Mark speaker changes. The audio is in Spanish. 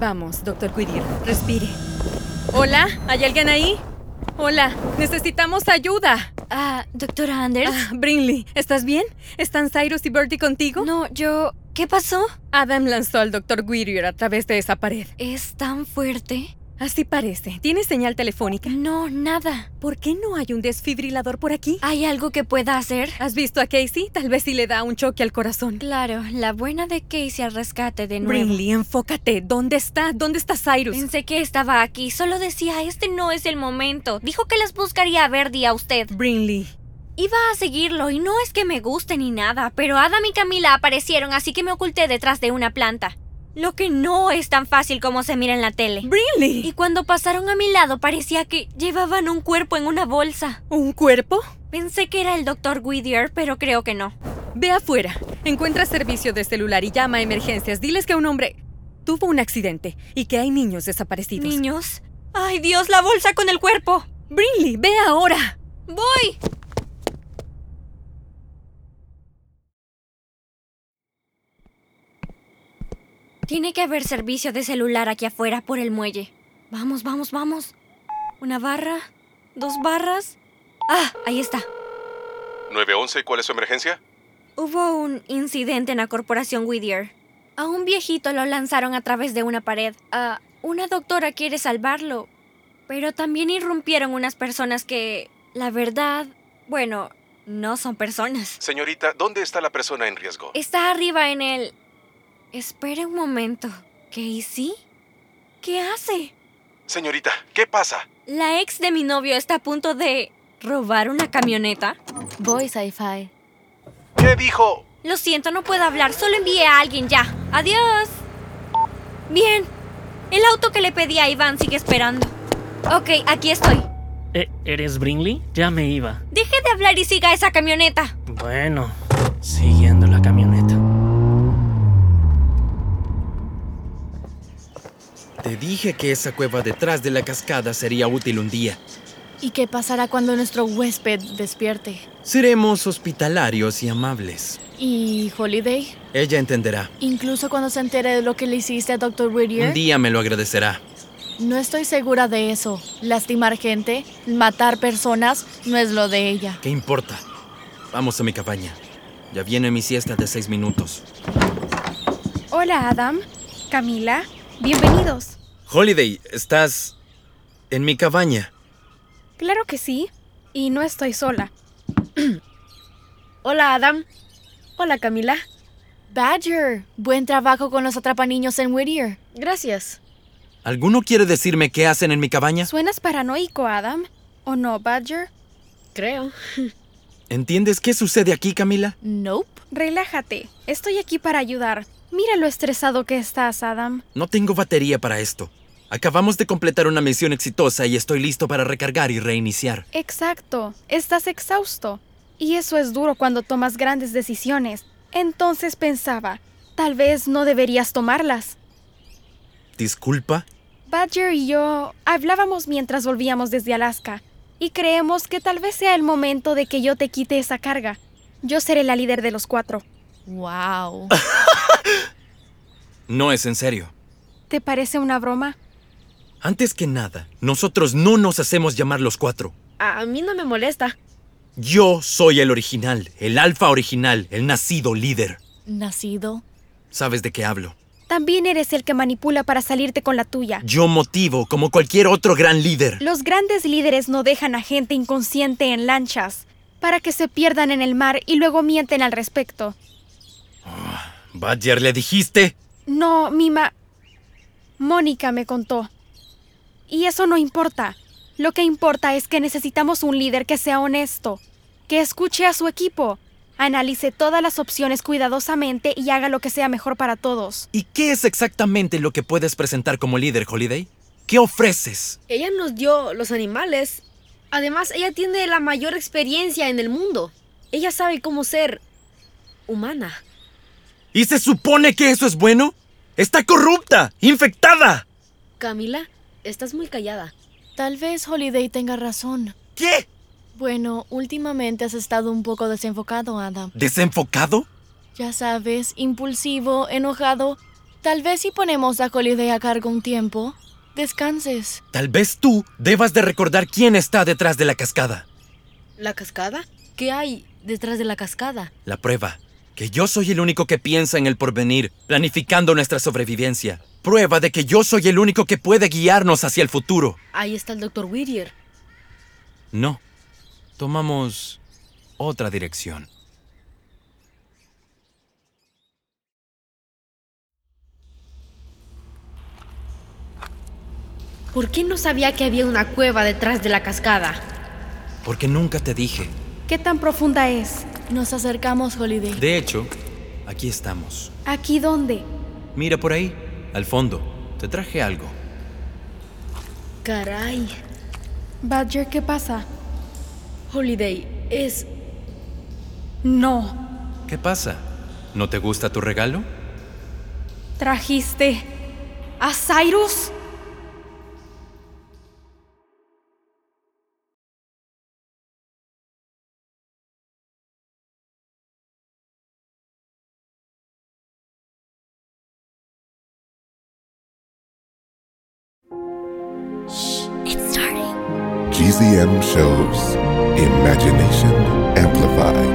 Speaker 1: Vamos, doctor Quirir, respire. Hola, ¿hay alguien ahí? Hola, necesitamos ayuda.
Speaker 2: Ah, doctora Anders.
Speaker 1: Ah, Brinley, ¿estás bien? ¿Están Cyrus y Bertie contigo?
Speaker 2: No, yo... ¿Qué pasó?
Speaker 1: Adam lanzó al doctor Whittier a través de esa pared.
Speaker 2: ¿Es tan fuerte?
Speaker 1: Así parece. ¿Tienes señal telefónica?
Speaker 2: No, nada.
Speaker 1: ¿Por qué no hay un desfibrilador por aquí? Ah,
Speaker 2: ¿Hay algo que pueda hacer?
Speaker 1: ¿Has visto a Casey? Tal vez sí le da un choque al corazón.
Speaker 2: Claro, la buena de Casey al rescate de nuevo.
Speaker 1: Brinley, enfócate. ¿Dónde está? ¿Dónde está Cyrus?
Speaker 2: Pensé que estaba aquí. Solo decía, este no es el momento. Dijo que les buscaría a Verdi a usted.
Speaker 1: Brinley.
Speaker 2: Iba a seguirlo y no es que me guste ni nada, pero Adam y Camila aparecieron, así que me oculté detrás de una planta. Lo que no es tan fácil como se mira en la tele.
Speaker 1: Brinley.
Speaker 2: Y cuando pasaron a mi lado parecía que llevaban un cuerpo en una bolsa.
Speaker 1: ¿Un cuerpo?
Speaker 2: Pensé que era el doctor Whittier, pero creo que no.
Speaker 1: Ve afuera. Encuentra servicio de celular y llama a emergencias. Diles que un hombre tuvo un accidente y que hay niños desaparecidos.
Speaker 2: ¿Niños? ¡Ay, Dios, la bolsa con el cuerpo!
Speaker 1: Brinley, ve ahora.
Speaker 2: ¡Voy! Tiene que haber servicio de celular aquí afuera por el muelle. Vamos, vamos, vamos. Una barra, dos barras. Ah, ahí está.
Speaker 3: 911, ¿cuál es su emergencia?
Speaker 2: Hubo un incidente en la corporación Whittier. A un viejito lo lanzaron a través de una pared. Ah, una doctora quiere salvarlo. Pero también irrumpieron unas personas que, la verdad, bueno, no son personas.
Speaker 3: Señorita, ¿dónde está la persona en riesgo?
Speaker 2: Está arriba en el... Espere un momento. ¿Casey? ¿Qué hace?
Speaker 3: Señorita, ¿qué pasa?
Speaker 2: La ex de mi novio está a punto de robar una camioneta.
Speaker 4: Voy, Sci-Fi.
Speaker 3: ¿Qué dijo?
Speaker 2: Lo siento, no puedo hablar. Solo envié a alguien ya. Adiós. Bien. El auto que le pedí a Iván sigue esperando. Ok, aquí estoy.
Speaker 5: ¿E- ¿Eres Brinley? Ya me iba.
Speaker 2: Deje de hablar y siga esa camioneta.
Speaker 5: Bueno, siguiendo la camioneta.
Speaker 6: Te dije que esa cueva detrás de la cascada sería útil un día.
Speaker 4: ¿Y qué pasará cuando nuestro huésped despierte?
Speaker 6: Seremos hospitalarios y amables.
Speaker 4: ¿Y Holiday?
Speaker 6: Ella entenderá.
Speaker 4: Incluso cuando se entere de lo que le hiciste a Dr. Whittier.
Speaker 6: Un día me lo agradecerá.
Speaker 4: No estoy segura de eso. Lastimar gente, matar personas, no es lo de ella.
Speaker 6: ¿Qué importa? Vamos a mi cabaña. Ya viene mi siesta de seis minutos.
Speaker 7: Hola, Adam. Camila. Bienvenidos.
Speaker 6: Holiday, estás en mi cabaña.
Speaker 7: Claro que sí. Y no estoy sola. Hola, Adam. Hola, Camila.
Speaker 4: Badger, buen trabajo con los atrapaniños en Whittier.
Speaker 7: Gracias.
Speaker 6: ¿Alguno quiere decirme qué hacen en mi cabaña?
Speaker 7: ¿Suenas paranoico, Adam? ¿O no, Badger?
Speaker 8: Creo.
Speaker 6: ¿Entiendes qué sucede aquí, Camila?
Speaker 4: Nope.
Speaker 7: Relájate. Estoy aquí para ayudar. Mira lo estresado que estás, Adam.
Speaker 6: No tengo batería para esto. Acabamos de completar una misión exitosa y estoy listo para recargar y reiniciar.
Speaker 7: Exacto. Estás exhausto. Y eso es duro cuando tomas grandes decisiones. Entonces pensaba, tal vez no deberías tomarlas.
Speaker 6: Disculpa,
Speaker 7: Badger y yo hablábamos mientras volvíamos desde Alaska y creemos que tal vez sea el momento de que yo te quite esa carga. Yo seré la líder de los cuatro.
Speaker 4: Wow.
Speaker 6: no es en serio.
Speaker 7: ¿Te parece una broma?
Speaker 6: Antes que nada, nosotros no nos hacemos llamar los cuatro.
Speaker 8: A mí no me molesta.
Speaker 6: Yo soy el original, el alfa original, el nacido líder.
Speaker 4: Nacido.
Speaker 6: ¿Sabes de qué hablo?
Speaker 7: También eres el que manipula para salirte con la tuya.
Speaker 6: Yo motivo como cualquier otro gran líder.
Speaker 7: Los grandes líderes no dejan a gente inconsciente en lanchas para que se pierdan en el mar y luego mienten al respecto.
Speaker 6: Badger, ¿le dijiste?
Speaker 7: No, Mima. Mónica me contó. Y eso no importa. Lo que importa es que necesitamos un líder que sea honesto, que escuche a su equipo, analice todas las opciones cuidadosamente y haga lo que sea mejor para todos.
Speaker 6: ¿Y qué es exactamente lo que puedes presentar como líder, Holiday? ¿Qué ofreces?
Speaker 8: Ella nos dio los animales. Además, ella tiene la mayor experiencia en el mundo. Ella sabe cómo ser humana.
Speaker 6: ¿Y se supone que eso es bueno? ¡Está corrupta! ¡Infectada!
Speaker 8: Camila, estás muy callada.
Speaker 4: Tal vez Holiday tenga razón.
Speaker 6: ¿Qué?
Speaker 4: Bueno, últimamente has estado un poco desenfocado, Adam.
Speaker 6: ¿Desenfocado?
Speaker 4: Ya sabes, impulsivo, enojado. Tal vez si ponemos a Holiday a cargo un tiempo, descanses.
Speaker 6: Tal vez tú debas de recordar quién está detrás de la cascada.
Speaker 8: ¿La cascada? ¿Qué hay detrás de la cascada?
Speaker 6: La prueba. Que yo soy el único que piensa en el porvenir, planificando nuestra sobrevivencia. Prueba de que yo soy el único que puede guiarnos hacia el futuro.
Speaker 8: Ahí está el doctor Whittier.
Speaker 6: No. Tomamos otra dirección.
Speaker 8: ¿Por qué no sabía que había una cueva detrás de la cascada?
Speaker 6: Porque nunca te dije.
Speaker 7: ¿Qué tan profunda es?
Speaker 4: Nos acercamos, Holiday.
Speaker 6: De hecho, aquí estamos.
Speaker 7: ¿Aquí dónde?
Speaker 6: Mira por ahí, al fondo. Te traje algo.
Speaker 8: Caray.
Speaker 7: Badger, ¿qué pasa?
Speaker 8: Holiday, es...
Speaker 7: No,
Speaker 6: ¿Qué pasa? ¿No te gusta tu regalo?
Speaker 7: trajiste... ¿A Cyrus?
Speaker 9: GZM shows Imagination Amplified.